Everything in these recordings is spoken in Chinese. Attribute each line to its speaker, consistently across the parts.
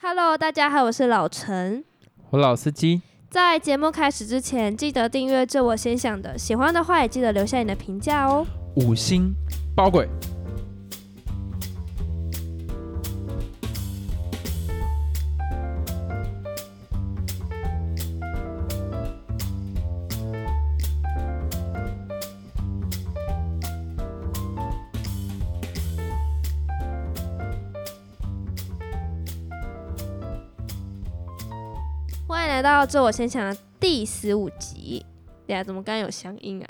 Speaker 1: Hello，大家好，我是老陈。
Speaker 2: 我老司机，
Speaker 1: 在节目开始之前，记得订阅《这我先想的》，喜欢的话也记得留下你的评价哦。
Speaker 2: 五星包鬼。
Speaker 1: 欢迎来到《这我先想的》第十五集。对啊，怎么刚刚有乡音啊？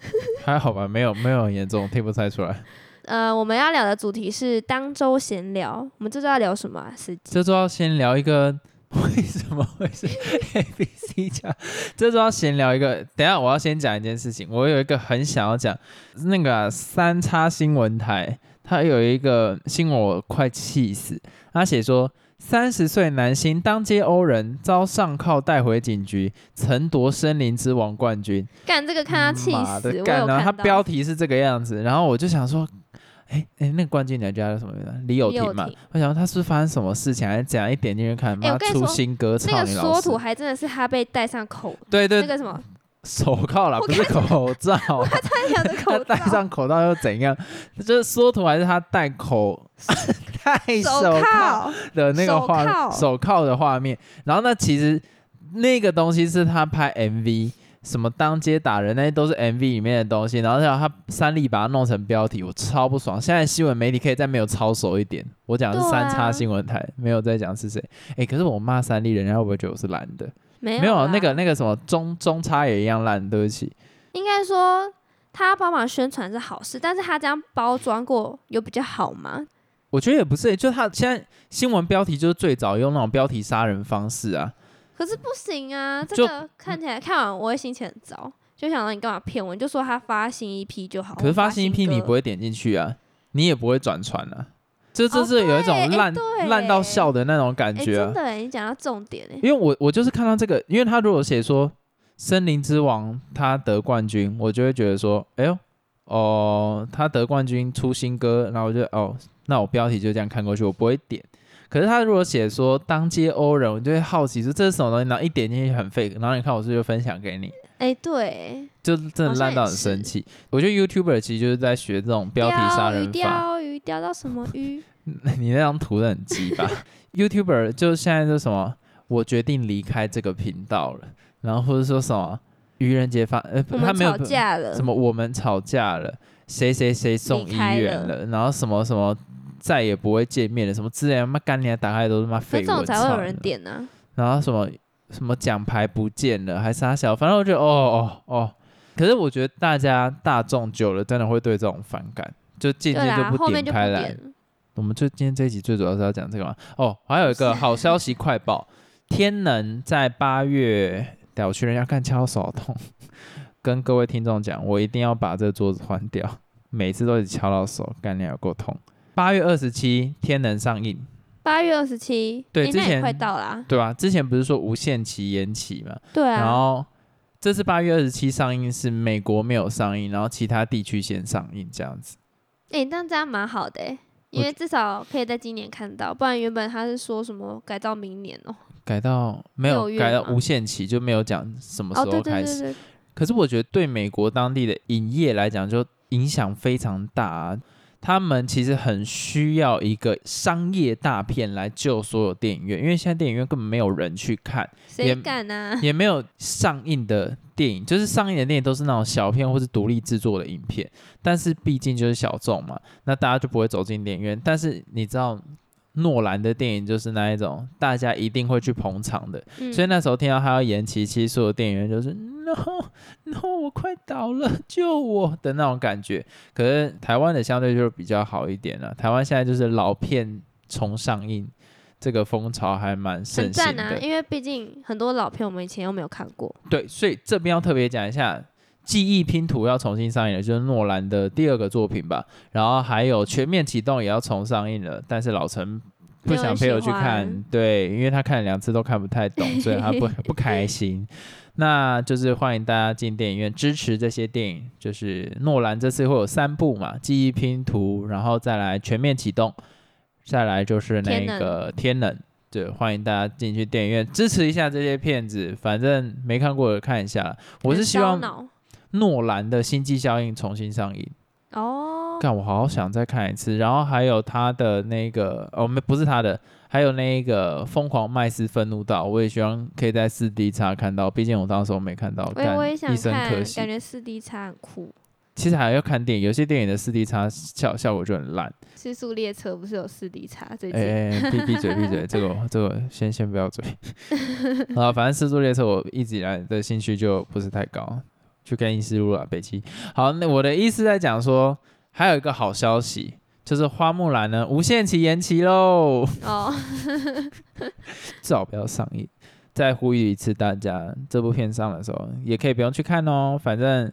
Speaker 2: 还好吧，没有没有很严重，听不太出来。
Speaker 1: 呃，我们要聊的主题是当周闲聊。我们这周要聊什么啊？司机？
Speaker 2: 这周要先聊一个， 为什么会是 A B C 讲？这周要先聊一个，等一下我要先讲一件事情，我有一个很想要讲，那个啊三叉新闻台，它有一个新闻我快气死，他写说。三十岁男星当街殴人，遭上铐带回警局，曾夺森林之王冠军。
Speaker 1: 干这个看他气
Speaker 2: 嗯妈
Speaker 1: 死，我
Speaker 2: 的
Speaker 1: 有
Speaker 2: 干
Speaker 1: 看
Speaker 2: 然
Speaker 1: 到。
Speaker 2: 后他标题是这个样子，然后我就想说，哎、哎、那个冠军你还记得他叫什么名字？李友
Speaker 1: 李友
Speaker 2: 廷嘛
Speaker 1: 廷。
Speaker 2: 我想说他是不是发生什么事情，还是怎样？一点进去看，
Speaker 1: 哎
Speaker 2: 妈
Speaker 1: 我跟你
Speaker 2: 出
Speaker 1: 说
Speaker 2: 新歌，
Speaker 1: 那
Speaker 2: 操
Speaker 1: 个
Speaker 2: 你老
Speaker 1: 缩
Speaker 2: 师
Speaker 1: 图！还真的是他被戴上口
Speaker 2: 对
Speaker 1: 那
Speaker 2: 对，
Speaker 1: 个什么，
Speaker 2: 手铐啦，
Speaker 1: 我
Speaker 2: 不是口 罩。
Speaker 1: 他想的
Speaker 2: 他
Speaker 1: 口
Speaker 2: 戴
Speaker 1: 罩。
Speaker 2: 上口罩又怎样？ 就是缩图还是他戴口 戴手铐
Speaker 1: 铐，
Speaker 2: 的那个
Speaker 1: 手
Speaker 2: 画
Speaker 1: 铐
Speaker 2: 手铐的画面？然后那其实那个东西是他拍 MV。什么当街打人那些都是 MV 里面的东西，然后让他三立把它弄成标题，我超不爽。现在新闻媒体可以再没有操守一点。我讲的是
Speaker 1: 对
Speaker 2: 三
Speaker 1: 啊
Speaker 2: 叉新闻台，没有在讲是谁。哎、可是我骂三立，人家会不会觉得我是蓝的？
Speaker 1: 没
Speaker 2: 没有啊
Speaker 1: 啦，
Speaker 2: 那个那个什么中中差也一样烂，对不起。
Speaker 1: 应该说他帮忙宣传是好事，但是他这样包装过有比较好吗？
Speaker 2: 我觉得也不是、就他现在新闻标题就是最早用那种标题杀人方式啊，
Speaker 1: 可是不行啊，这
Speaker 2: 就
Speaker 1: 个看起来看完我会心情很糟，就想到你干嘛骗我？你就说他发新一批就好。
Speaker 2: 可是发新一批
Speaker 1: 歌
Speaker 2: 你不会点进去啊，你也不会转传啊，这这
Speaker 1: 哦
Speaker 2: 是有一种
Speaker 1: 对
Speaker 2: 烂
Speaker 1: 对
Speaker 2: 烂到笑的那种感
Speaker 1: 哎、
Speaker 2: 觉啊
Speaker 1: 真。的哎，你讲到重点哎，
Speaker 2: 因为我我就是看到这个，因为他如果写说森林之王他得冠军，我就会觉得说，哎呦，哦，他得冠军出新歌，然后我就哦，那我标题就这样看过去，我不会点。可是他如果写说当街殴人，我就会好奇说这是什么东西，然后一点进去很 fake，然后你看我是不是就分享给你，
Speaker 1: 哎、对，
Speaker 2: 就真的烂到很生气。我觉得 YouTuber 其实就是在学这种标题杀人
Speaker 1: 钓鱼
Speaker 2: 法，
Speaker 1: 钓鱼钓到什么鱼？
Speaker 2: 你那张图真的很 鸡巴。YouTuber 就现在就什么，我决定离开这个频道了，然后或者说什么愚人节发，呃，
Speaker 1: 我
Speaker 2: 他
Speaker 1: 们
Speaker 2: 没有
Speaker 1: 吵架了
Speaker 2: 什，么我们吵架了，谁谁谁送
Speaker 1: 离
Speaker 2: 医
Speaker 1: 开
Speaker 2: 院
Speaker 1: 了
Speaker 2: 了，然后什么什么再也不会见面了，什么之类的，妈干你啊打开都是妈
Speaker 1: 可
Speaker 2: 废
Speaker 1: 是这种
Speaker 2: 文，
Speaker 1: 才会
Speaker 2: 操
Speaker 1: 有人
Speaker 2: 你妈
Speaker 1: 点啊呢、
Speaker 2: 然后什么什么奖牌不见了，还傻小，反正我觉得哦哦哦。可是我觉得大家大众久了，真的会对这种反感，就渐
Speaker 1: 对
Speaker 2: 渐
Speaker 1: 啦，
Speaker 2: 就
Speaker 1: 后
Speaker 2: 不
Speaker 1: 面
Speaker 2: 点
Speaker 1: 就不
Speaker 2: 开来
Speaker 1: 点。了。
Speaker 2: 我们就今天这一集最主要是要讲这个嘛。哦，还有一个好消息快报，天能在八月，等下我去人家看敲手痛，跟各位听众讲，我一定要把这桌子换掉，每次都得敲到手，干练有够痛。八月二十七，天能上映，
Speaker 1: 八月二十七，
Speaker 2: 对
Speaker 1: 哎
Speaker 2: 之
Speaker 1: 那也
Speaker 2: 前
Speaker 1: 快到啦。
Speaker 2: 对吧、之前不是说无限期延期嘛？
Speaker 1: 对
Speaker 2: 然
Speaker 1: 啊，
Speaker 2: 后这次八月二十七上映是美国没有上映，然后其他地区先上映这样子。
Speaker 1: 哎、那这样蛮好的哎，因
Speaker 2: 我
Speaker 1: 为至少可以在今年看到，不然原本他是说什么改到明年哦、
Speaker 2: 改到没有
Speaker 1: 六月
Speaker 2: 改到
Speaker 1: 吗
Speaker 2: 无限期，就没有讲什么时
Speaker 1: 哦，对
Speaker 2: 候
Speaker 1: 对
Speaker 2: 开
Speaker 1: 对
Speaker 2: 始。
Speaker 1: 对，
Speaker 2: 可是我觉得对美国当地的影业来讲，就影响非常大、啊。他们其实很需要一个商业大片来救所有电影院，因为现在电影院根本没有人去看，
Speaker 1: 谁
Speaker 2: 也
Speaker 1: 敢啊？
Speaker 2: 也没有上映的电影，就是上映的电影都是那种小片或是独立制作的影片，但是毕竟就是小众嘛，那大家就不会走进电影院。但是你知道，诺兰的电影就是那一种大家一定会去捧场的，
Speaker 1: 嗯
Speaker 2: 所以那时候听到他要延期，其实所有电影院就是 no no，我快倒了，救我的那种感觉。可是台湾的相对就是比较好一点了、啊台湾现在就是老片重上映。这个风潮还蛮盛
Speaker 1: 很
Speaker 2: 行
Speaker 1: 赞
Speaker 2: 的，
Speaker 1: 啊，因为毕竟很多老片我们以前又没有看过。
Speaker 2: 对，所以这边要特别讲一下，《记忆拼图》要重新上映了，就是诺兰的第二个作品吧。然后还有《全面启动》也要重上映了，但是老陈不想
Speaker 1: 没
Speaker 2: 陪我去
Speaker 1: 有人喜欢
Speaker 2: 看，对，因为他看了两次都看不 太懂，所以他不不开心。那就是欢迎大家进电影院支持这些电影，就是诺兰这次会有三部嘛，《记忆拼图》，然后再来《全面启动》，再来就是那
Speaker 1: 天能
Speaker 2: 个《天能》。对，欢迎大家进去电影院支持一下这些片子，反正没看过的看一下。我是希望
Speaker 1: 很烧脑
Speaker 2: 诺兰的《星际效应》重新上映，
Speaker 1: 哦，
Speaker 2: 看我好想再看一次。然后还有他的那个哦，没不是他的，还有那个《疯狂麦斯愤怒到》，我也希望可以在四 D 叉看到，毕竟我当时候没看到，
Speaker 1: 我也
Speaker 2: 干
Speaker 1: 我也想
Speaker 2: 一生
Speaker 1: 看，
Speaker 2: 可
Speaker 1: 感
Speaker 2: 惜。
Speaker 1: 觉四 D 差很酷。
Speaker 2: 其实还要看电影，有些电影的四 D 叉效效果就很烂。
Speaker 1: 《失速列车》不是有四 D 差最近？
Speaker 2: 哎、哎哎闭闭嘴，闭 嘴，这个我这个我先先不要嘴 啊。反正四座列车我一直以来的兴趣就不是太高，去跟医师录了北七。好，那我的意思在讲说，还有一个好消息，就是花木兰呢无限期延期喽，
Speaker 1: 哦，
Speaker 2: 至少不要上映。再呼吁一次大家，这部片上的时候也可以不用去看哦，反正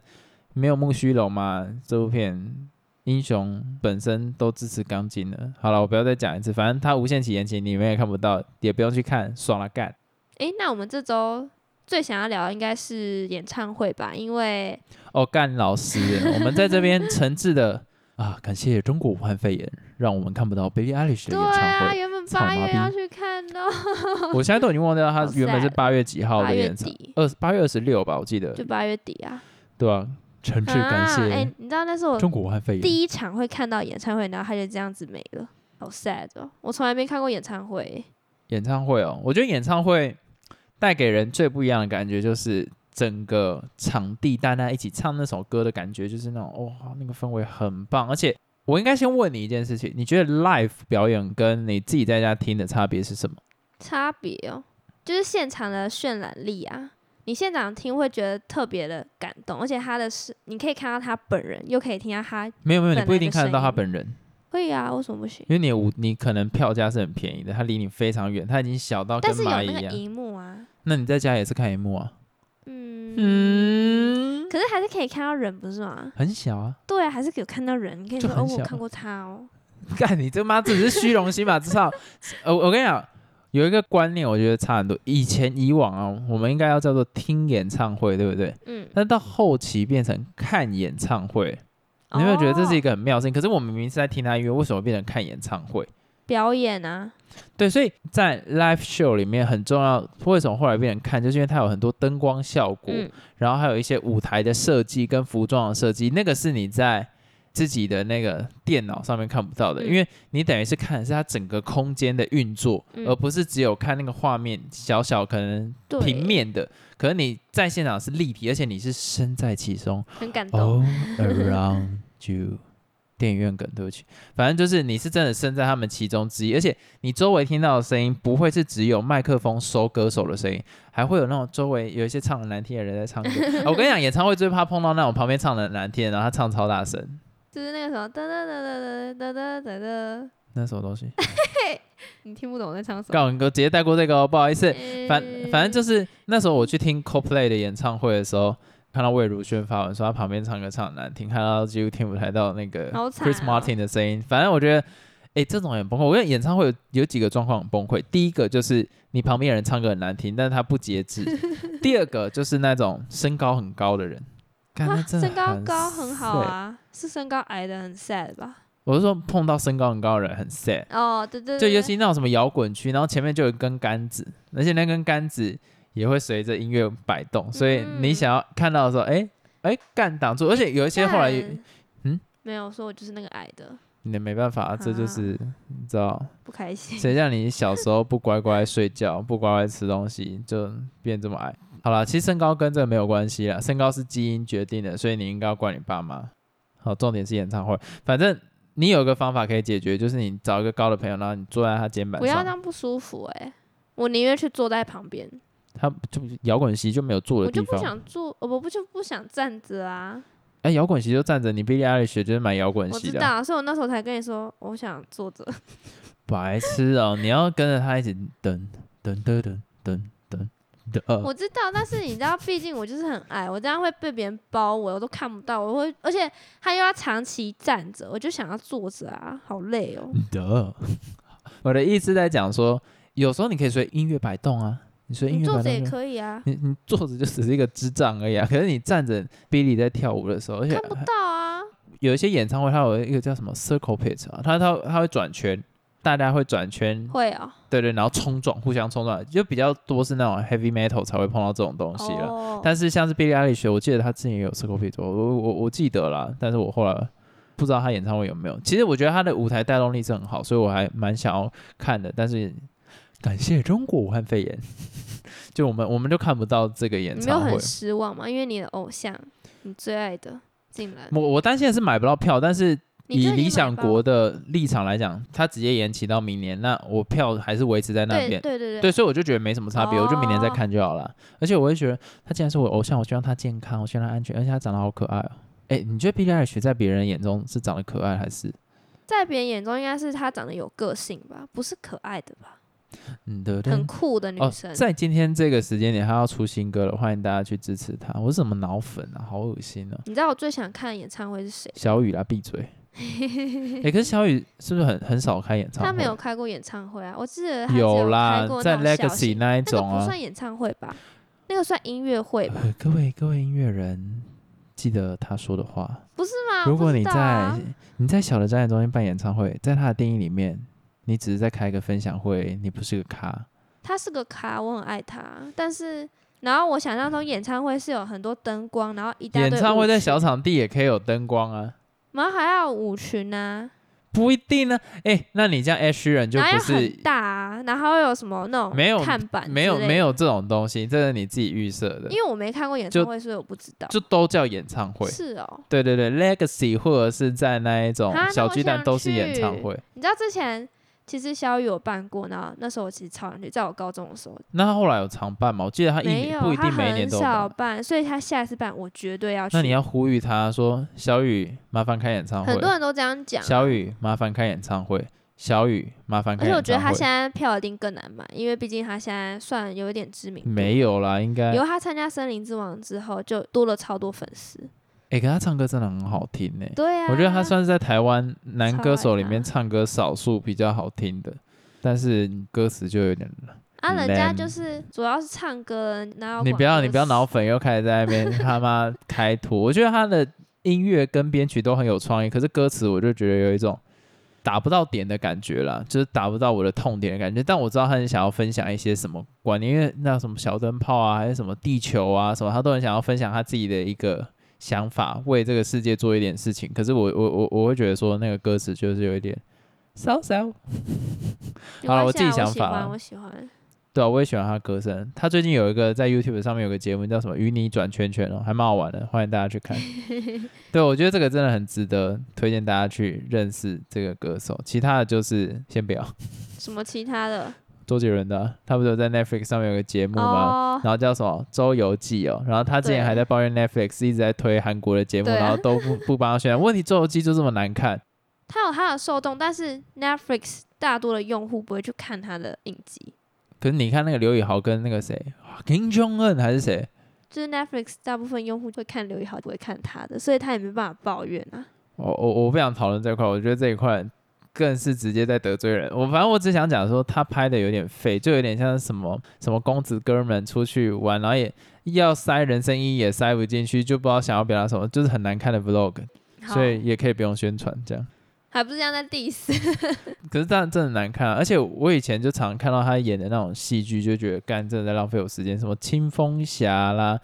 Speaker 2: 没有木须龙嘛，这部片。英雄本身都支持钢筋了。好了，我不要再讲一次，反正它无限期延期，你们也看不到，也不用去看，爽了干。
Speaker 1: 哎、那我们这周最想要聊的应该是演唱会吧，因为
Speaker 2: 哦，干老师，我们在这边诚挚的啊，感谢中国武汉肺炎，让我们看不到 Billie Eilish 的
Speaker 1: 对
Speaker 2: 演唱
Speaker 1: 啊，
Speaker 2: 会。
Speaker 1: 原本
Speaker 2: 草
Speaker 1: 八
Speaker 2: 麻
Speaker 1: 月
Speaker 2: 痹
Speaker 1: 要去看的，
Speaker 2: 我现在都已经忘掉它
Speaker 1: 好
Speaker 2: 原本是
Speaker 1: sad
Speaker 2: 八月几号
Speaker 1: 八
Speaker 2: 的
Speaker 1: 月
Speaker 2: 演唱，
Speaker 1: 底
Speaker 2: 二八月二十六吧，我记得
Speaker 1: 就，八月底啊。
Speaker 2: 对吧、啊？诚挚感
Speaker 1: 啊，哎、
Speaker 2: 谢
Speaker 1: 你知道那是我
Speaker 2: 中国武汉肺炎。
Speaker 1: 第一场会看到演唱会，然后他就这样子没了，好 sad 哦。我从来没看过演唱会，
Speaker 2: 演唱会哦，我觉得演唱会带给人最不一样的感觉就是。整个场地大家一起唱那首歌的感觉，就是那种哇、那个氛围很棒。而且我应该先问你一件事情，你觉得 live 表演跟你自己在家听的差别是什么？
Speaker 1: 差别哦，就是现场的渲染力啊。你现场听会觉得特别的感动，而且他的是你可以看到他本人，又可以听到他
Speaker 2: 没有没有，你
Speaker 1: 本
Speaker 2: 不一
Speaker 1: 来
Speaker 2: 定
Speaker 1: 的
Speaker 2: 看得
Speaker 1: 声
Speaker 2: 到他
Speaker 1: 音
Speaker 2: 本人，
Speaker 1: 会啊，为什么不行？
Speaker 2: 因为你无你可能票价是很便宜的，他离你非常远，他已经小到跟
Speaker 1: 但是有
Speaker 2: 蚂蚁
Speaker 1: 那
Speaker 2: 一
Speaker 1: 个
Speaker 2: 样。
Speaker 1: 荧幕啊，
Speaker 2: 那你在家也是看荧幕啊？
Speaker 1: 嗯，
Speaker 2: 嗯，
Speaker 1: 可是还是可以看到人，不是吗？
Speaker 2: 很小啊！
Speaker 1: 对啊，还是有看到人，可以
Speaker 2: 就
Speaker 1: 说哦，
Speaker 2: 很
Speaker 1: 我
Speaker 2: 小
Speaker 1: 看过他哦。
Speaker 2: 干你这妈只是虚荣心吧？至少，呃，我跟你讲，有一个观念，我觉得差很多。以前以往啊，我们应该要叫做听演唱会，对不对？
Speaker 1: 嗯，
Speaker 2: 但到后期变成看演唱会，你有没有觉得这是一
Speaker 1: 个
Speaker 2: 个很妙的事情？可是我明明是在听他音乐，为什么变成看演唱会？
Speaker 1: 表演啊？
Speaker 2: 对，所以在 live show 里面很重要，为什么后来被人看，就是因为它有很多灯光效果，
Speaker 1: 嗯，
Speaker 2: 然后还有一些舞台的设计跟服装的设计，那个是你在自己的那个电脑上面看不到的，
Speaker 1: 嗯
Speaker 2: 因为你等于是看的是它整个空间的运作，
Speaker 1: 嗯
Speaker 2: 而不是只有看那个画面小小可能
Speaker 1: 对，
Speaker 2: 平面的，可是你在现场是立体，而且你是身在其中，
Speaker 1: 很感动。
Speaker 2: All around you，电影院梗，对不起，反正就是你是真的身在他们其中之一，而且你周围听到的声音不会是只有麦克风收歌手的声音，还会有那种周围有一些唱的难听的人在唱歌。啊我跟你讲，演唱会最怕碰到那种旁边唱的难听的，然后他唱超大声，
Speaker 1: 就是那个什么哒哒哒哒哒哒哒哒哒，
Speaker 2: 那什么东西？
Speaker 1: 你听不懂我在唱什么？
Speaker 2: 告文哥直接带过这个、哦，不好意思。反反正就是是那时候我去听 Coldplay 的演唱会的时候，看到魏如萱发文说她旁边唱歌唱得难听，看到几乎听不太到那个
Speaker 1: 好惨哦
Speaker 2: Chris Martin 的声音。反正我觉得，哎、这种很崩溃。我觉得演唱会有有几个状况很崩溃。第一个就是你旁边的人唱歌很难听，但是他不 节制；第二个就是那种身高很高的人，干
Speaker 1: 哇，
Speaker 2: 那真的
Speaker 1: 身高
Speaker 2: 很
Speaker 1: 高很好
Speaker 2: sad。
Speaker 1: 啊，是身高矮的很 sad 吧？
Speaker 2: 我是说碰到身高很高的人很 sad。
Speaker 1: 哦，对对，
Speaker 2: 就
Speaker 1: 对
Speaker 2: 尤其那种什么摇滚区，然后前面就有一根杆子，而且那根杆子也会随着音乐摆动，所以你
Speaker 1: 嗯
Speaker 2: 想要看到的时候，哎、哎、干挡住，而且有一些后来也
Speaker 1: 干
Speaker 2: 嗯
Speaker 1: 没有我说，我就是那个矮的，
Speaker 2: 你没办法，这就
Speaker 1: 啊
Speaker 2: 是你知道，
Speaker 1: 不开心。
Speaker 2: 谁叫你小时候不乖乖睡觉， 不乖乖吃东西，就变这么矮。好啦，其实身高跟这个没有关系啦，身高是基因决定的，所以你应该要怪你爸妈。好，重点是演唱会，反正你有一个方法可以解决，就是你找一个高的朋友，然后你坐在他肩膀
Speaker 1: 不要
Speaker 2: 上
Speaker 1: 那，样不舒服哎、我宁愿去坐在旁边，
Speaker 2: 他就摇滚席就没有坐
Speaker 1: 我
Speaker 2: 的地
Speaker 1: 就
Speaker 2: 方。
Speaker 1: 不想坐，呃我不就不想站着啊。
Speaker 2: 哎，摇滚席就站着，你 Billie Eilish 就是买摇滚
Speaker 1: 我
Speaker 2: 席
Speaker 1: 知
Speaker 2: 的，啊
Speaker 1: 道，所以我那时候才跟你说，我想坐着。
Speaker 2: 白痴哦、你要跟着他一起噔噔噔噔噔噔噔，呃，
Speaker 1: 我知道，但是你知道，毕竟我就是很矮，我这样会被别人包围，我都看不到，我会，而且他又要长期站着，我就想要坐着啊，好累
Speaker 2: 嗯
Speaker 1: 哦。
Speaker 2: 的。我的意思在讲说，有时候你可以随音乐摆动啊，你随音
Speaker 1: 你
Speaker 2: 乐
Speaker 1: 坐
Speaker 2: 摆
Speaker 1: 着也
Speaker 2: 动就。
Speaker 1: 可以啊，
Speaker 2: 你你坐着就只是一个智障而已啊！可是你站着，Billy 在跳舞的时候，而且
Speaker 1: 看不到啊。
Speaker 2: 有一些演唱会，它有一个叫什么 circle pit 啊，它它它会转圈，大家会转圈，
Speaker 1: 会哦，
Speaker 2: 对对，然后冲撞，互相冲撞，就比较多是那种 heavy metal 才会碰到这种东西了。
Speaker 1: 哦，
Speaker 2: 但是像是 Billie Eilish，我记得他之前也有 Circle Pit，我我我我记得啦，但是我后来不知道他演唱会有没有。其实我觉得他的舞台带动力是很好，所以我还蛮想要看的。但是感谢中国武汉肺炎， 就我们我们就看不到这个演
Speaker 1: 你没有
Speaker 2: 唱会
Speaker 1: 很。失望吗？因为你的偶像，你最爱的竟然，
Speaker 2: 我我担心的是买不到票，但是
Speaker 1: 你就已
Speaker 2: 以
Speaker 1: 经
Speaker 2: 理想
Speaker 1: 买爆
Speaker 2: 国的立场来讲，他直接延期到明年，那我票还是维持在那
Speaker 1: 对
Speaker 2: 边。
Speaker 1: 对对哦
Speaker 2: 对，所以我就觉得没什么差别，我就明年再看就好了。而且我会觉得他既然是我的偶像，我希望他健康，我希望他安全，而且他长得好可爱哦。哎，你觉得 Billie Eilish 在别人眼中是长得可爱还是？
Speaker 1: 在别人眼中应该是她长得有个性吧，不是可爱的吧，
Speaker 2: 嗯，对对
Speaker 1: 很。酷的女
Speaker 2: 哦
Speaker 1: 生。，
Speaker 2: 在今天这个时间点，他要出新歌了，欢迎大家去支持他。我是怎么脑粉啊？好恶心啊！
Speaker 1: 你知道我最想看的演唱会是谁？
Speaker 2: 小雨啦，闭嘴。哎、可是小雨是不是很很少开演唱会？
Speaker 1: 她没有开过演唱会啊，我记得她只
Speaker 2: 有
Speaker 1: 开
Speaker 2: 啦
Speaker 1: 过，
Speaker 2: 在
Speaker 1: 那种小
Speaker 2: Legacy
Speaker 1: 型
Speaker 2: 那一
Speaker 1: 那个
Speaker 2: 种
Speaker 1: 不
Speaker 2: 啊。
Speaker 1: 算演唱会吧，那个算音乐会吧，
Speaker 2: 呃各位各位音乐人，记得他说的话。
Speaker 1: 不是吗？
Speaker 2: 如
Speaker 1: 我不
Speaker 2: 果
Speaker 1: 知
Speaker 2: 你
Speaker 1: 道
Speaker 2: 在、
Speaker 1: 啊
Speaker 2: 你在小的展览中心办演唱会，在他的定义里面，你只是在开一个分享会，你不是个咖。
Speaker 1: 他是个咖，我很爱他，但是然后我想象中演唱会是有很多灯光，然后一大堆
Speaker 2: 演唱会
Speaker 1: 啊舞
Speaker 2: 在
Speaker 1: 群
Speaker 2: 小，场地也可以有灯光啊，
Speaker 1: 然后还要有舞群啊，
Speaker 2: 不一定呢、啊。哎、那你这样 H 人就
Speaker 1: 然后要
Speaker 2: 不
Speaker 1: 很
Speaker 2: 是
Speaker 1: 大啊，然后有什么那种
Speaker 2: 没有
Speaker 1: 看板，
Speaker 2: 没有没，有这种东西，这是你自己预设的
Speaker 1: 因，为我没看过演
Speaker 2: 就
Speaker 1: 唱会，所以我不知道。
Speaker 2: 就都叫演唱会。
Speaker 1: 是哦，
Speaker 2: 对对对，Legacy 或者是在那一种
Speaker 1: 啊那
Speaker 2: 小
Speaker 1: 我
Speaker 2: 巨蛋
Speaker 1: 想
Speaker 2: 都是演唱
Speaker 1: 去
Speaker 2: 会。
Speaker 1: 你知道之前其实小雨有办过，然后那时候我其实超想去，在我高中的时候
Speaker 2: 那他后来有常办吗？我记得他啊一
Speaker 1: 没
Speaker 2: 年
Speaker 1: 有，
Speaker 2: 不一
Speaker 1: 他
Speaker 2: 定每一年
Speaker 1: 很
Speaker 2: 都有
Speaker 1: 少
Speaker 2: 办。
Speaker 1: 办，所以他下一次办我绝对要去。
Speaker 2: 那你要呼吁他说：“小雨，麻烦开演唱会。”
Speaker 1: 很多人都这样讲啊，
Speaker 2: 小雨，麻烦开演唱会。小雨，麻烦
Speaker 1: 而
Speaker 2: 开
Speaker 1: 且我
Speaker 2: 演
Speaker 1: 觉得
Speaker 2: 唱
Speaker 1: 他现
Speaker 2: 会。
Speaker 1: 在票一定更难买，因为毕竟他现在算有一点知名度。
Speaker 2: 没有啦，应该。
Speaker 1: 以
Speaker 2: 哎、
Speaker 1: 后他参加《森林之王》之后，就多了超多粉丝。
Speaker 2: 可他唱歌真的很好听呢、
Speaker 1: 对啊，
Speaker 2: 哎我觉得他算是在台湾男歌手里
Speaker 1: 超爱
Speaker 2: 面
Speaker 1: 他
Speaker 2: 唱歌少数比较好听的，但是歌词就有点……
Speaker 1: 啊，人家
Speaker 2: lame
Speaker 1: 就是主要是唱歌，然后
Speaker 2: 嗯你不要，你不要脑粉，又开始在那边他妈开脱。我觉得他的音乐跟编曲都很有创意，可是歌词我就觉得有一种打不到点的感觉啦，就是打不到我的痛点的感觉。但我知道他很想要分享一些什么观念，因为那什么小灯泡啊，还是什么地球啊，什么他都很想要分享他自己的一个想法，为这个世界做一点事情。可是我我我我会觉得说那个歌词就是有一点骚骚。
Speaker 1: 没
Speaker 2: 好了我
Speaker 1: 关系啊
Speaker 2: 自己想法啊
Speaker 1: 我喜欢，我喜欢。
Speaker 2: 对啊，我也喜欢他歌声。他最近有一个在 YouTube 上面有个节目叫什么“与你转圈圈”哦，还蛮好玩的，欢迎大家去 看。对，我觉得这个真的很值得推荐大家去认识这个歌手。其他的就是先不要，
Speaker 1: 什么其他的？
Speaker 2: 周杰伦的啊，他不是有在 Netflix 上面有个节目吗？
Speaker 1: 哦，
Speaker 2: 然后叫什么《周游记》哦，然后他之前
Speaker 1: 对
Speaker 2: 还在抱怨 Netflix 一直在推韩国的节目，
Speaker 1: 对啊
Speaker 2: 然后都不不帮他宣传。问题《周游记》就这么难看，
Speaker 1: 他有他的受众，但是 Netflix 大多的用户不会去看他的影集，
Speaker 2: 可是你看那个刘宇豪跟那个谁，Kim Jong Un 还是谁，
Speaker 1: 就是 Netflix 大部分用户会看刘宇豪，不会看他的，所以他也没办法抱怨啊。
Speaker 2: 我我我不想讨论这一块，我觉得这一块更是直接在得罪人。我反正我只想讲说，他拍的有点废，就有点像什么什么公子哥们出去玩，然后也要塞人生一也塞不进去，就不知道想要表达什么，就是很难看的 vlog，
Speaker 1: 好
Speaker 2: 所以也可以不用宣传这样。
Speaker 1: 还不是这样在 diss。
Speaker 2: 可是但真的难看、啊，而且我以前就常看到他演的那种戏剧，就觉得干真的在浪费我时间，什么清风侠啦，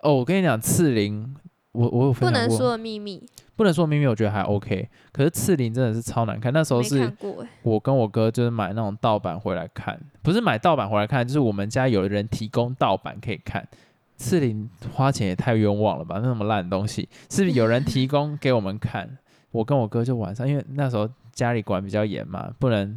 Speaker 2: 哦，我跟你讲，刺陵，我我有分
Speaker 1: 不
Speaker 2: 享
Speaker 1: 能
Speaker 2: 过
Speaker 1: 说的秘密，
Speaker 2: 不能说明明我觉得还 OK，可是刺陵真的是超难看。那时候
Speaker 1: 没
Speaker 2: 是
Speaker 1: 看过哎、
Speaker 2: 我跟我哥就是买那种盗版回来看，不是买盗版回来看，就是我们家有人提供盗版可以看。刺陵花钱也太冤枉了吧，那么烂的东西，是有人提供给我们看。 我跟我哥就晚上，因为那时候家里管比较严嘛，不能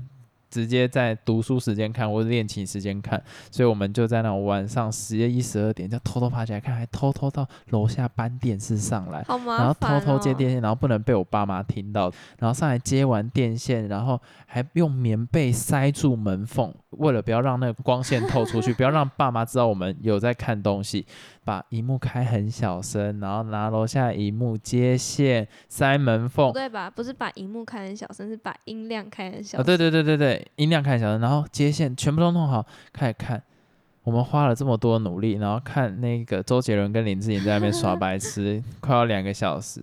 Speaker 2: 直接在读书时间看或者练琴时间看，所以我们就在那种晚上十一十二点，就偷偷爬起来看，还偷偷到楼下搬电视上来。
Speaker 1: 好麻
Speaker 2: 然后
Speaker 1: 烦、哦。
Speaker 2: 偷偷接电线，然后不能被我爸妈听到，然后上来接完电线，然后还用棉被塞住门缝，为了不要让那个光线透出去，不要让爸妈知道我们有在看东西，把荧幕开很小声，然后拿楼下荧幕接线塞门缝
Speaker 1: 不，对吧？不是把荧幕开很小声，是把音量开很小
Speaker 2: 啊，
Speaker 1: 声。
Speaker 2: 对对对对对，音量看小声，然后接线全部都弄好，开始看。我们花了这么多努力，然后看那个周杰伦跟林志颖在那边耍白痴，快要两个小时，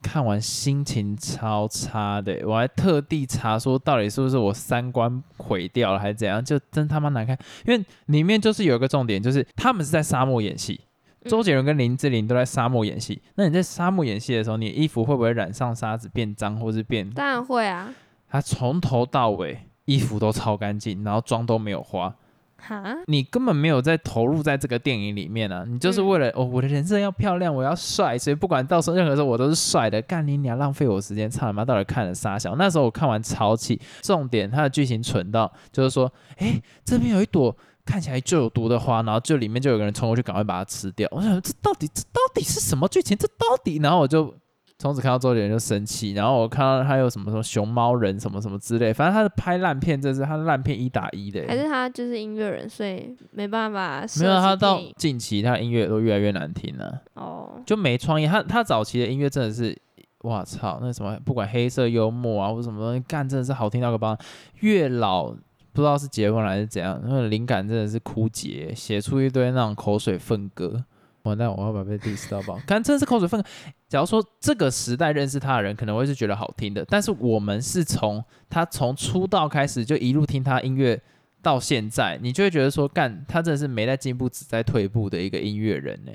Speaker 2: 看完心情超差的，欸我还特地查说到底是不是我三观毁掉了还是怎样，就真他妈难看。因为里面就是有一个重点，就是他们是在沙漠演戏，
Speaker 1: 嗯
Speaker 2: 周杰伦跟林志玲都在沙漠演戏。那你在沙漠演戏的时候，你衣服会不会染上沙子变脏，或是变
Speaker 1: 当然会啊，
Speaker 2: 他从头到尾衣服都超干净，然后妆都没有花，
Speaker 1: 哈，
Speaker 2: 你根本没有在投入在这个电影里面啊！你
Speaker 1: 嗯
Speaker 2: 就是为了、哦，我的人设要漂亮，我要帅，所以不管到时候任何时候我都是帅的。干你娘，浪费我时间！操你妈，到底看了啥小？那时候我看完超气，重点它的剧情蠢到就是说，哎，这边有一朵。看起来就有毒的花，然后就里面就有个人冲过去，赶快把它吃掉。我想这到底这到底是什么剧情？这到底？然后我就从此看到周杰伦就生气，然后我看到他有什么什么熊猫人什么什么之类，反正他的拍烂片，这是他烂片一打一的欸。
Speaker 1: 还是他就是音乐人，所以没办法设计
Speaker 2: 没
Speaker 1: 电影。
Speaker 2: 有，啊他到近期他音乐都越来越难听了、
Speaker 1: 哦，
Speaker 2: 就没创意。他他早期的音乐真的是，哇操，那什么不管黑色幽默啊或者什么东西，干真的是好听到个爆。越老不知道是结婚了还是怎样，那个灵感真的是枯竭，写出一堆那种口水粪歌。完蛋，我要把被 diss 到爆！干真的是口水粪歌。假如说这个时代认识他的人，可能会是觉得好听的，但是我们是从他从出道开始就一路听他音乐。到现在，你就会觉得说，干他真的是没在进步，只在退步的一个音乐人呢、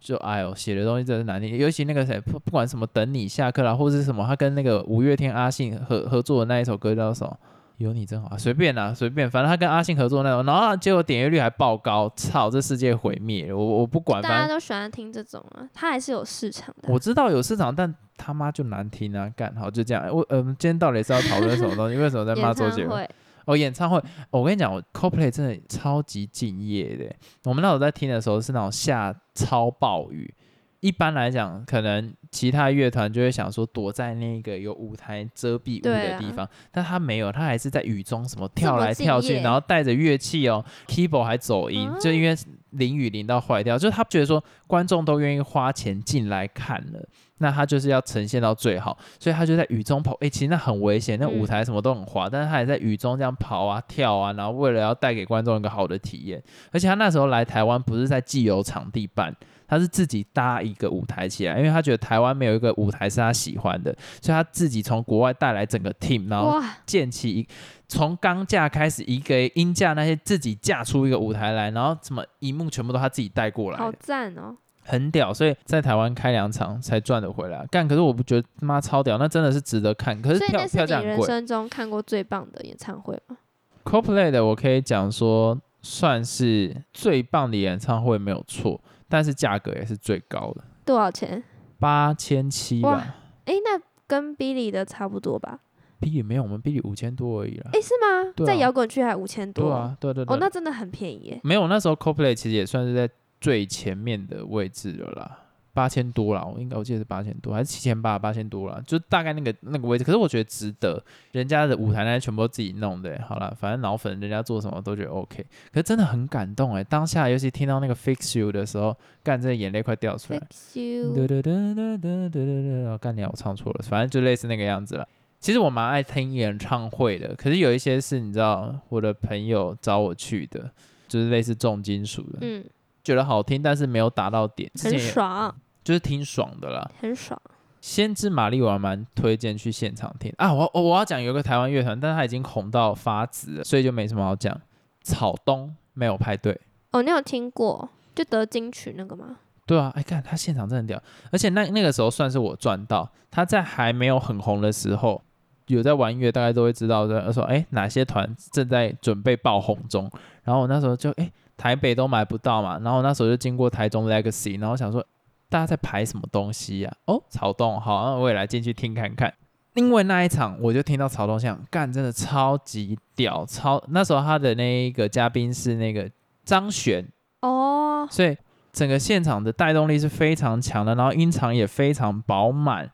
Speaker 2: 就哎呦，写的东西真的是难听，尤其那个谁，不不管什么等你下课啦，或者是什么，他跟那个五月天阿信合合作的那一首歌叫什么？有你真好，啊随便啦、随便，反正他跟阿信合作那种，然后结果点阅率还爆高，操，这世界毁灭了，我我不管，
Speaker 1: 大
Speaker 2: 反
Speaker 1: 家
Speaker 2: 正
Speaker 1: 都喜欢听这种啊，他还是有市场的啊。
Speaker 2: 我知道有市场，但他妈就难听啊，干好就这样，我嗯、今天到底是要讨论什么东西？ 为什么在骂
Speaker 1: 演
Speaker 2: 周
Speaker 1: 唱
Speaker 2: 杰伦？
Speaker 1: 会，
Speaker 2: 哦，演唱会，哦我跟你讲，我 CoPlay 真的超级敬业的。我们那时候在听的时候是那种下超暴雨，一般来讲，可能其他乐团就会想说躲在那个有舞台遮蔽物
Speaker 1: 对
Speaker 2: 的
Speaker 1: 啊
Speaker 2: 地方，但他没有，他还是在雨中什么
Speaker 1: 这
Speaker 2: 跳
Speaker 1: 么
Speaker 2: 来
Speaker 1: 敬
Speaker 2: 跳去，
Speaker 1: 业啊
Speaker 2: 然后带着乐器哦，keyboard 还走音，就因为淋雨淋到坏掉，就是他觉得说观众都愿意花钱进来看了。那他就是要呈现到最好，所以他就在雨中跑。诶，其实那很危险，那
Speaker 1: 嗯
Speaker 2: 舞台什么都很滑，但是他也在雨中这样跑啊、跳啊，然后为了要带给观众一个好的体验。而且他那时候来台湾不是在既有场地办，他是自己搭一个舞台起来，因为他觉得台湾没有一个舞台是他喜欢的，所以他自己从国外带来整个 team，然后
Speaker 1: 哇，
Speaker 2: 建起一从钢架开始，一个音架那些自己架出一个舞台来，然后什么荧幕全部都他自己带过来
Speaker 1: 好
Speaker 2: 的，
Speaker 1: 赞哦！
Speaker 2: 很屌。所以在台湾开两场才赚得回来。干，可是我不觉得他妈超屌，那真的是值得看。可是
Speaker 1: 所以
Speaker 2: 票
Speaker 1: 那
Speaker 2: 票
Speaker 1: 是
Speaker 2: 价
Speaker 1: 你
Speaker 2: 很
Speaker 1: 人
Speaker 2: 贵。
Speaker 1: 生中看过最棒的演唱会吗？
Speaker 2: CoPlay 的我可以讲说算是最棒的演唱会没有错，但是价格也是最高的，
Speaker 1: 多少钱？
Speaker 2: 八千七
Speaker 1: 哇
Speaker 2: 吧。
Speaker 1: 诶，那跟 Billy 的差不多吧？
Speaker 2: 比你没有我们比你五千多而已啦。
Speaker 1: 诶，是吗？
Speaker 2: 对啊
Speaker 1: 在摇滚区还五千多？
Speaker 2: 对啊，对对对。
Speaker 1: 哦，那真的很便宜耶。
Speaker 2: 没有，那时候 CoPlay 其实也算是在最前面的位置了啦，八千多啦，我应该我记得是八千多还是七千八，八千多啦，就大概那个那个位置。可是我觉得值得，人家的舞台呢全部都自己弄的、欸好啦，反正脑粉人家做什么都觉得 OK，可是真的很感动哎、当下尤其听到那个 Fix You 的时候，干，真的眼泪快掉出来。
Speaker 1: Fix you，
Speaker 2: 哒哒哒哒哒哒哒哒，干你啊！我唱错了，反正就类似那个样子了。其实我蛮爱听演唱会的，可是有一些是你知道，我的朋友找我去的，就是类似重金属的，
Speaker 1: 嗯，
Speaker 2: 觉得好听，但是没有打到点，之
Speaker 1: 很
Speaker 2: 前也
Speaker 1: 爽，
Speaker 2: 就是挺爽的啦。
Speaker 1: 很爽。
Speaker 2: 先知玛丽我还蛮推荐去现场听啊。我我我要讲有个台湾乐团，但是他已经红到发紫了，所以就没什么好讲。草东没有派对。
Speaker 1: 哦，你有听过就得金曲那个吗？
Speaker 2: 对啊，哎，看他现场真的很屌，而且那那个时候算是我赚到。他在还没有很红的时候，有在玩音乐，大概都会知道的，说哎哪些团正在准备爆红中。然后我那时候就哎台北都买不到嘛，然后我那时候就经过台中 Legacy，然后想说大家在排什么东西呀、哦，草东，好，那我也来进去听看看。因为那一场，我就听到草东想干，真的超级屌，超那时候他的那一个嘉宾是那个张悬，
Speaker 1: 哦，
Speaker 2: 所以整个现场的带动力是非常强的，然后音场也非常饱满，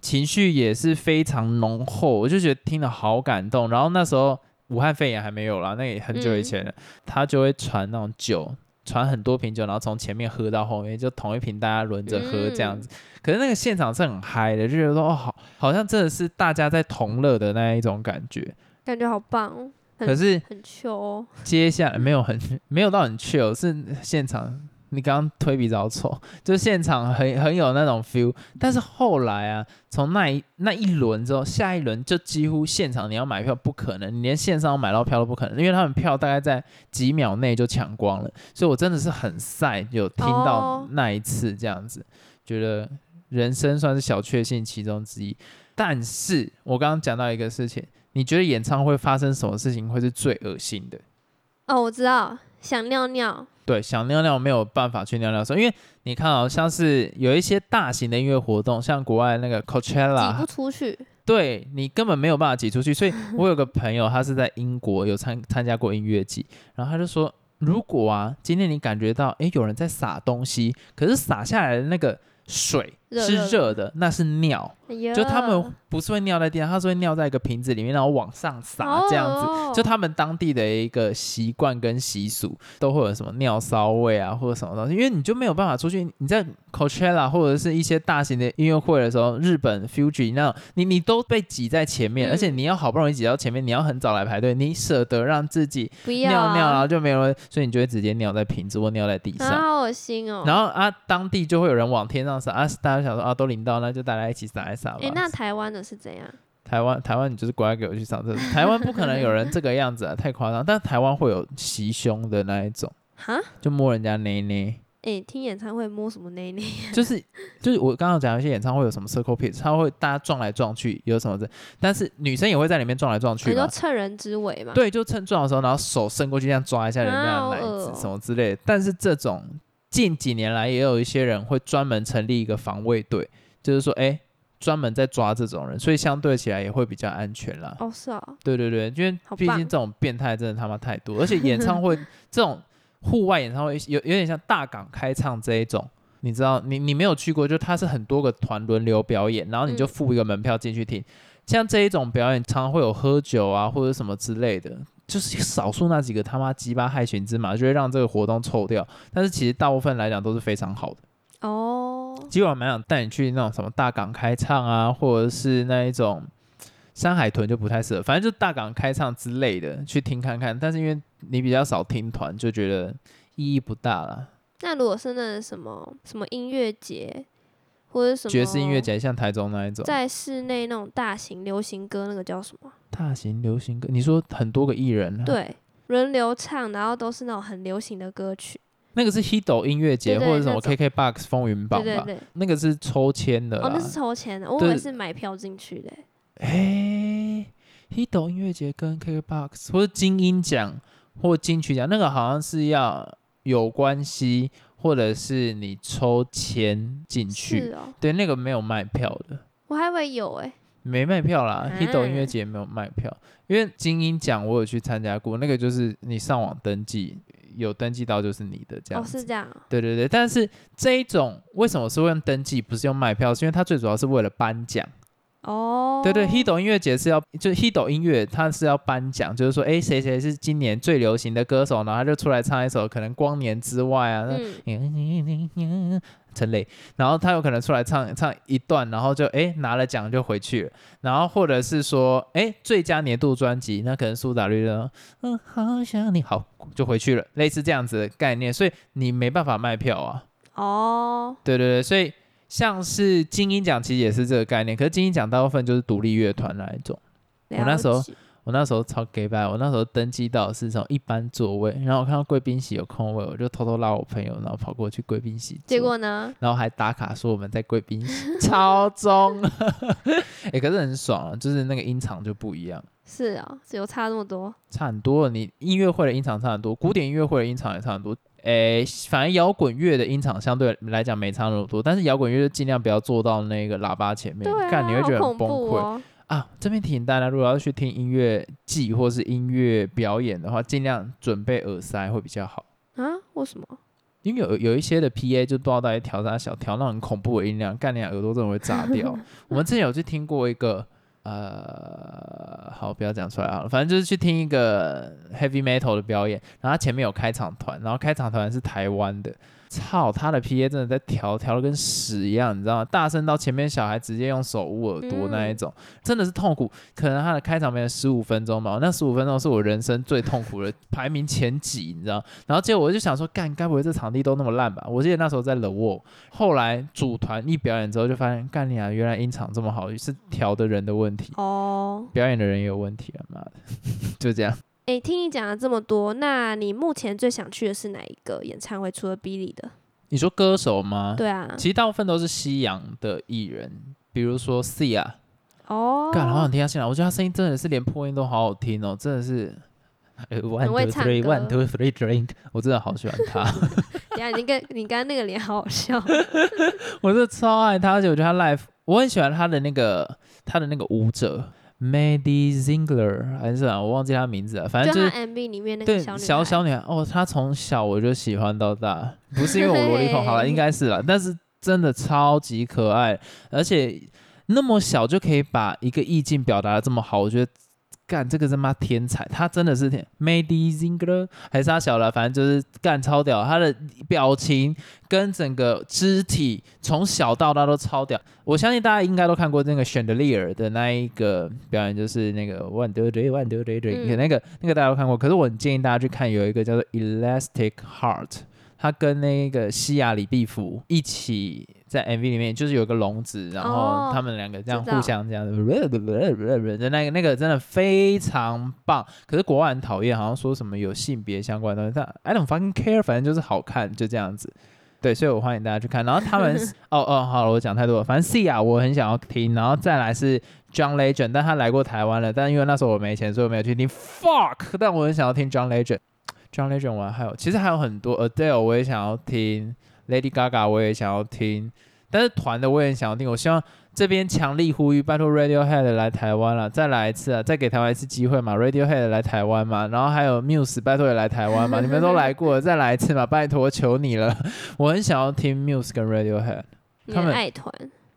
Speaker 2: 情绪也是非常浓厚，我就觉得听了好感动。然后那时候武汉肺炎还没有啦，那也很久以前了，他就会传那种酒。传很多瓶酒，然后从前面喝到后面，就同一瓶大家轮着喝这样子。可是那个现场是很嗨的，就觉得说哦，好，好像真的是大家在同乐的那一种感觉。
Speaker 1: 感觉好棒哦，很
Speaker 2: 可是
Speaker 1: 很秋、哦。
Speaker 2: 接下来没有很没有到很 chill，是现场你刚刚推比较丑， 就现场很很有那种 feel。但是后来啊，从那一那一轮之后，下一轮就几乎现场你要买票不可能，你连线上买到票都不可能，因为他们票大概在几秒内就抢光了。所以我真的是很晒，有听到
Speaker 1: 哦
Speaker 2: 那一次这样子，觉得人生算是小确幸其中之一。但是我刚刚讲到一个事情，你觉得演唱会发生什么事情会是最恶心的？
Speaker 1: 哦，我知道，想尿尿，
Speaker 2: 对，想尿尿没有办法去尿尿的时候，因为你看啊、像是有一些大型的音乐活动，像国外那个
Speaker 1: 挤
Speaker 2: Coachella，
Speaker 1: 不出去，
Speaker 2: 对你根本没有办法挤出去。所以我有个朋友，他是在英国有参参加过音乐季，然后他就说，如果啊，今天你感觉到诶有人在撒东西，可是撒下来的那个水
Speaker 1: 热
Speaker 2: 是
Speaker 1: 热的
Speaker 2: 热的，那是尿，
Speaker 1: 哎呀
Speaker 2: 就他们不是会尿在地上，他是会尿在一个瓶子里面，然后往上撒
Speaker 1: 好
Speaker 2: 这样子。
Speaker 1: 恶哦
Speaker 2: 就他们当地的一个习惯跟习俗，都会有什么尿骚味啊，或者什么东西，因为你就没有办法出去。你在 Coachella 或者是一些大型的音乐会的时候，日本 Fuji 那种，你你都被挤在前面，
Speaker 1: 嗯
Speaker 2: 而且你要好不容易挤到前面，你要很早来排队，你舍得让自己
Speaker 1: 不
Speaker 2: 尿
Speaker 1: 要
Speaker 2: 尿，
Speaker 1: 啊
Speaker 2: 然后就没有人，所以你就会直接尿在瓶子或尿在地上。
Speaker 1: 啊，好恶心哦。
Speaker 2: 然后啊，当地就会有人往天上撒啊，大家想说啊，都淋到，那就大家一起撒一撒吧。
Speaker 1: 哎、那台湾的是怎样？
Speaker 2: 台湾台湾你就是乖乖给我去上厕所， 台湾不可能有人这个样子 啊，太夸张。但台湾会有袭胸的那一种，
Speaker 1: 哈，
Speaker 2: 就摸人家内内，
Speaker 1: 哎、听演唱会摸什么内内？啊
Speaker 2: 就是就是我刚刚讲一些演唱会有什么 circle pit，他会大家撞来撞去，有什么的，但是女生也会在里面撞来撞去
Speaker 1: 你
Speaker 2: 嘛
Speaker 1: 说。趁人之危嘛？，
Speaker 2: 对，就趁撞的时候，然后手伸过去这样抓一下人家
Speaker 1: 啊
Speaker 2: 的
Speaker 1: 好
Speaker 2: 奶
Speaker 1: 恶
Speaker 2: 子
Speaker 1: 哦
Speaker 2: 什么之类的。但是这种近几年来也有一些人会专门成立一个防卫队，就是说，哎，专门在抓这种人，所以相对起来也会比较安全啦。
Speaker 1: 哦是哦，
Speaker 2: 对对对，因为
Speaker 1: 好
Speaker 2: 毕竟
Speaker 1: 棒
Speaker 2: 这种变态真的他妈太 多，而且演唱会这种户外演唱会有有点像大港开唱这一种，你知道，你你没有去过，就它是很多个团轮流表演，然后你就
Speaker 1: 嗯
Speaker 2: 付一个门票进去听。像这一种表演，常常会有喝酒啊或者什么之类的，就是少数那几个他妈鸡巴害群之马，就会让这个活动臭掉。但是其实大部分来讲都是非常好的。
Speaker 1: 哦，
Speaker 2: 其实我蛮想带你去那种什么大港开唱啊，或者是那一种山海豚就不太适合，反正就大港开唱之类的去听看看。但是因为你比较少听团，就觉得意义不大了。
Speaker 1: 那如果是那种什么什么音乐节，或者什么
Speaker 2: 爵士音乐，节像台中那一种
Speaker 1: 在室内那种大型流行歌，那个叫什么？
Speaker 2: 大型流行歌，你说很多个艺人、啊，，
Speaker 1: 对，轮流唱，然后都是那种很流行的歌曲。
Speaker 2: 那个是 Hido 音乐节
Speaker 1: 对对
Speaker 2: 或者什么
Speaker 1: 那种
Speaker 2: KKBox 风云榜
Speaker 1: 对
Speaker 2: 吧，
Speaker 1: 对对，
Speaker 2: 那个是抽签的啦。
Speaker 1: 哦，那是抽签的，我以
Speaker 2: 啊对
Speaker 1: 为是买票进去的欸。
Speaker 2: 诶 h i d o 音乐节跟 KKBOX 或者金音奖或金曲奖，那个好像是要有关系，或者是你抽签进去。
Speaker 1: 是哦，
Speaker 2: 对，那个没有卖票的，
Speaker 1: 我还以为有哎、
Speaker 2: 没卖票啦。
Speaker 1: 啊
Speaker 2: h i d o 音乐节没有卖票，因为金音奖我有去参加过，那个就是你上网登记，有登记到就是你的这样
Speaker 1: 哦
Speaker 2: 子。
Speaker 1: 是这样哦，
Speaker 2: 对对对，但是这一种为什么是用登记，不是用卖票？是因为它最主要是为了颁奖。
Speaker 1: 哦
Speaker 2: 对对，Hido 音乐节是要，就是 Hido 音乐，它是要颁奖，就是说，哎，谁谁是今年最流行的歌手，然后他就出来唱一首可能《光年之外》啊，那
Speaker 1: 嗯，
Speaker 2: 陈磊，然后他有可能出来唱唱一段，然后就哎拿了奖就回去了，然后或者是说，哎，最佳年度专辑，那可能苏打绿的，嗯，好想你好就回去了，类似这样子的概念，所以你没办法卖票啊。
Speaker 1: 哦，
Speaker 2: 对对对，所以像是金鹰奖其实也是这个概念，可是金鹰奖大部分就是独立乐团那一种。我那时候
Speaker 1: 了解
Speaker 2: 我那时候超 gay 白，我那时候登记到的是从一般座位，然后我看到贵宾席有空位，我就偷偷拉我朋友，然后跑过去贵宾席坐，
Speaker 1: 结果呢？
Speaker 2: 然后还打卡说我们在贵宾席，超中， 哎、可是很爽啊，就是那个音场就不一样，
Speaker 1: 是哦，只有差那么多。
Speaker 2: 差很多了。你音乐会的音场差很多，古典音乐会的音场也差很多。诶，反正摇滚乐的音场相对来讲没差那么多，但是摇滚乐就尽量不要坐到那个喇叭前面，
Speaker 1: 对啊，
Speaker 2: 干你会觉得
Speaker 1: 好
Speaker 2: 很
Speaker 1: 恐
Speaker 2: 崩
Speaker 1: 怖
Speaker 2: 溃。
Speaker 1: 哦。
Speaker 2: 啊，这边提醒大家，如果要去听音乐季或是音乐表演的话，尽量准备耳塞会比较好，
Speaker 1: 啊？为什么？
Speaker 2: 因为有有一些的 PA 就不知道到底调啥小调，那种很恐怖的音量，干你耳朵真的会炸掉。我们之前有去听过一个，呃，好，不要讲出来好了，反正就是去听一个 heavy metal 的表演，然后它前面有开场团，然后开场团是台湾的，操，他的 P A 真的在调调的跟屎一样，你知道吗？大声到前面小孩直接用手捂耳朵那一种，真的是痛苦。可能他的开场没有十五分钟吧，那十五分钟是我人生最痛苦的，排名前几，你知道？然后结果我就想说，干，该不会这场地都那么烂吧？我记得那时候在 The Wall，后来组团一表演之后就发现，干你啊，原来音场这么好，是调的人的问题，
Speaker 1: 哦，
Speaker 2: 表演的人也有问题啊，妈的， 就这样。
Speaker 1: 诶，听你讲了这么多，那你目前最想去的是哪一个演唱会？除了 Billy 的，
Speaker 2: 你说歌手吗？
Speaker 1: 对啊，
Speaker 2: 其实大部分都是西洋的艺人，比如说 Sia，
Speaker 1: 哦，
Speaker 2: 干，好想听他现场，我觉得他声音真的是连破音都好好听哦，真的是。呃 One
Speaker 1: 会
Speaker 2: two
Speaker 1: 唱
Speaker 2: three, one
Speaker 1: 歌
Speaker 2: two three, drink。我真的好喜欢他，
Speaker 1: 等一下你跟你刚刚那个脸好好笑，
Speaker 2: 我真的超爱他，而且我觉得他 live，我很喜欢他的那个他的那个舞者 Maddie Ziegler 还是什么，我忘记他名字了，反
Speaker 1: 就
Speaker 2: 正就是
Speaker 1: 他 MV 里面那个
Speaker 2: 对
Speaker 1: 小女
Speaker 2: 小
Speaker 1: 孩
Speaker 2: 小女孩哦，她从小我就喜欢到大，不是因为我萝莉 控，好了，应该是啦，但是真的超级可爱，而且那么小就可以把一个意境表达的这么好，我觉得。干这个他妈天才，她真的是天 m a d i Zinger 还是她小了，反正就是干超屌，她的表情跟整个肢体从小到大都超屌。我相信大家应该都看过那个 Chandelier 的那一个表演，就是那个 One Two Three One Two Three Three，、
Speaker 1: 嗯
Speaker 2: 那个那个大家都看过。可是我很建议大家去看有一个叫做 Elastic Heart，他跟那个西雅里毕福一起在 MV 里面，就是有个笼子，然后
Speaker 1: 哦
Speaker 2: 他们两个这样
Speaker 1: 知道
Speaker 2: 互相这样子，那个那个真的非常棒。可是国外很讨厌，好像说什么有性别相关的东西，但 I don't fucking care，反正就是好看，就这样子。对，所以我欢迎大家去看。然后他们 哦哦，好了，我讲太多了。反正 C 啊，我很想要听，然后再来是 John Legend，但他来过台湾了，但因为那时候我没钱，所以我没有去听。Fuck，但我很想要听 John Legend。John Legend 我还有，其实还有很多 Adele 我也想要听，Lady Gaga 我也想要听，但是团的我也很想要听。我希望这边强力呼吁，拜托 Radiohead 来台湾了，再来一次啊，再给台湾一次机会嘛，Radiohead 来台湾嘛，然后还有 Muse 拜托也来台 湾嘛，你们都来过了，再来一次嘛，拜托求你了，我很想要听 Muse 跟 Radiohead。
Speaker 1: 你
Speaker 2: 他们
Speaker 1: 的爱团，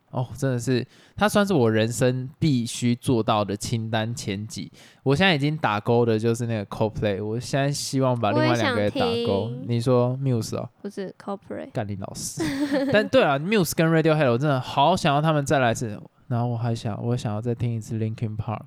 Speaker 2: 哦，真的是，它算是我人生必须做到的清单前几。我现在已经打勾的就是那个 CoPlay，我现在希望把另外两个也打勾
Speaker 1: 我也想。听
Speaker 2: 你说 Muse 哦，
Speaker 1: 不是 Corporate，
Speaker 2: 干你老师。 但对啊，Muse 跟 Radiohead，我真的好想要他们再来一次。然后我还想，我想要再听一次 Linkin Park，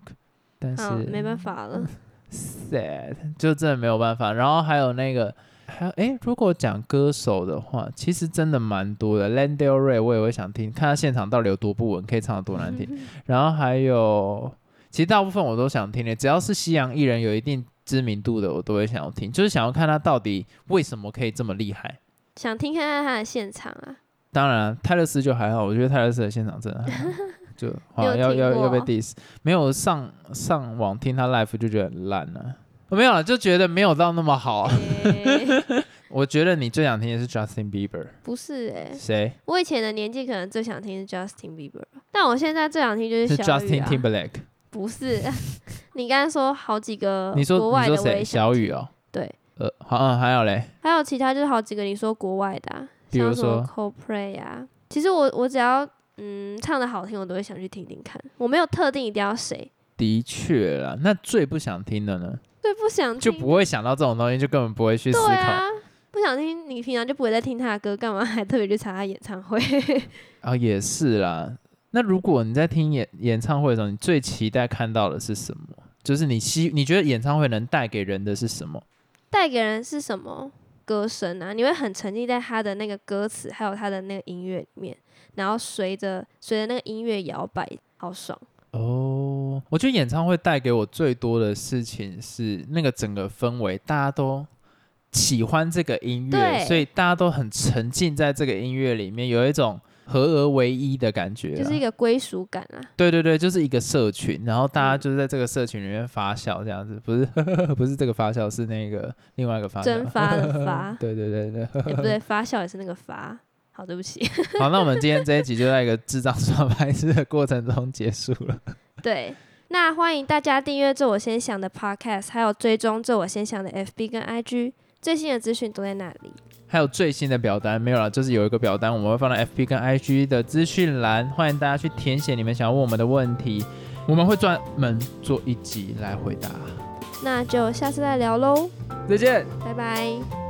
Speaker 2: 但是
Speaker 1: 好，嗯没办法了，
Speaker 2: sad，就真的没有办法。然后还有那个，还有诶，如果讲歌手的话，其实真的蛮多的。Land Del Rey 我也会想听，看他现场到底有多不稳，可以唱得多难
Speaker 1: 嗯
Speaker 2: 听。然后还有，其实大部分我都想听的，只要是西洋艺人有一定知名度的，我都会想要听，就是想要看他到底为什么可以这么厉害。
Speaker 1: 想听看看他的现场啊，
Speaker 2: 当然啊，泰勒斯就还好，我觉得泰勒斯的现场真的 还好就好
Speaker 1: 你有
Speaker 2: 要
Speaker 1: 听
Speaker 2: 要
Speaker 1: 过
Speaker 2: 要被 diss，没有上上网听他 live 就觉得很烂了、我没有了，就觉得没有到那么好。啊
Speaker 1: 诶
Speaker 2: 我觉得你最想听的是 Justin Bieber，
Speaker 1: 哎不是诶，
Speaker 2: 谁？
Speaker 1: 我以前的年纪可能最想听是 Justin Bieber，但我现在最想听就是
Speaker 2: 是
Speaker 1: 小雨
Speaker 2: Justin
Speaker 1: 啊，
Speaker 2: Timberlake。
Speaker 1: 不是， 你刚才说好几个
Speaker 2: 你说
Speaker 1: 呃国外的
Speaker 2: 你说
Speaker 1: 我也
Speaker 2: 谁？
Speaker 1: 想
Speaker 2: 小雨哦。
Speaker 1: 对。
Speaker 2: 呃，好，嗯，还有嘞，
Speaker 1: 还有其他就是好几个你说国外的、啊，
Speaker 2: 比如
Speaker 1: 像什么 Coldplay 啊，其实我我只要嗯唱的好听，我都会想去听听看。我没有特定一定要谁，
Speaker 2: 的确啦。那最不想听的呢，
Speaker 1: 对，不想
Speaker 2: 就
Speaker 1: 听，
Speaker 2: 不会想到这种东西，就根本不会去思
Speaker 1: 对
Speaker 2: 考。
Speaker 1: 啊，不想听，你平常就不会再听他的歌，干嘛还特别去查他演唱会？
Speaker 2: 啊，也是啦。那如果你在听演演唱会的时候，你最期待看到的是什么？就是你希你觉得演唱会能带给人的是什么？
Speaker 1: 带给人是什么歌声啊？你会很沉浸在他的那个歌词，还有他的那个音乐里面，然后随着随着那个音乐摇摆，好爽。
Speaker 2: 哦，我觉得演唱会带给我最多的事情是那个整个氛围，大家都喜欢这个音乐，
Speaker 1: 对
Speaker 2: 所以大家都很沉浸在这个音乐里面，有一种合而为一的感觉啊、
Speaker 1: 就是一个归属感啊，
Speaker 2: 对对对，就是一个社群，然后大家
Speaker 1: 嗯
Speaker 2: 就是在这个社群里面发酵，这样子，不是 不是这个发酵，是那个另外一个发酵，
Speaker 1: 蒸发的 发
Speaker 2: 对对对对。
Speaker 1: 也不对，发酵也是那个发。好，对不起，
Speaker 2: 好，那我们今天这一集就在一个智障耍白痴的过程中结束了。
Speaker 1: 对，那欢迎大家订阅“这我先想”的 Podcast，还有追踪“这我先想”的 FB 跟 IG，最新的资讯都在那里。
Speaker 2: 还有最新的表单没有了，就是有一个表单，我们会放到 FB 跟 IG 的资讯栏，欢迎大家去填写你们想要问我们的问题，我们会专门做一集来回答。
Speaker 1: 那就下次再聊喽，
Speaker 2: 再见。
Speaker 1: 拜拜。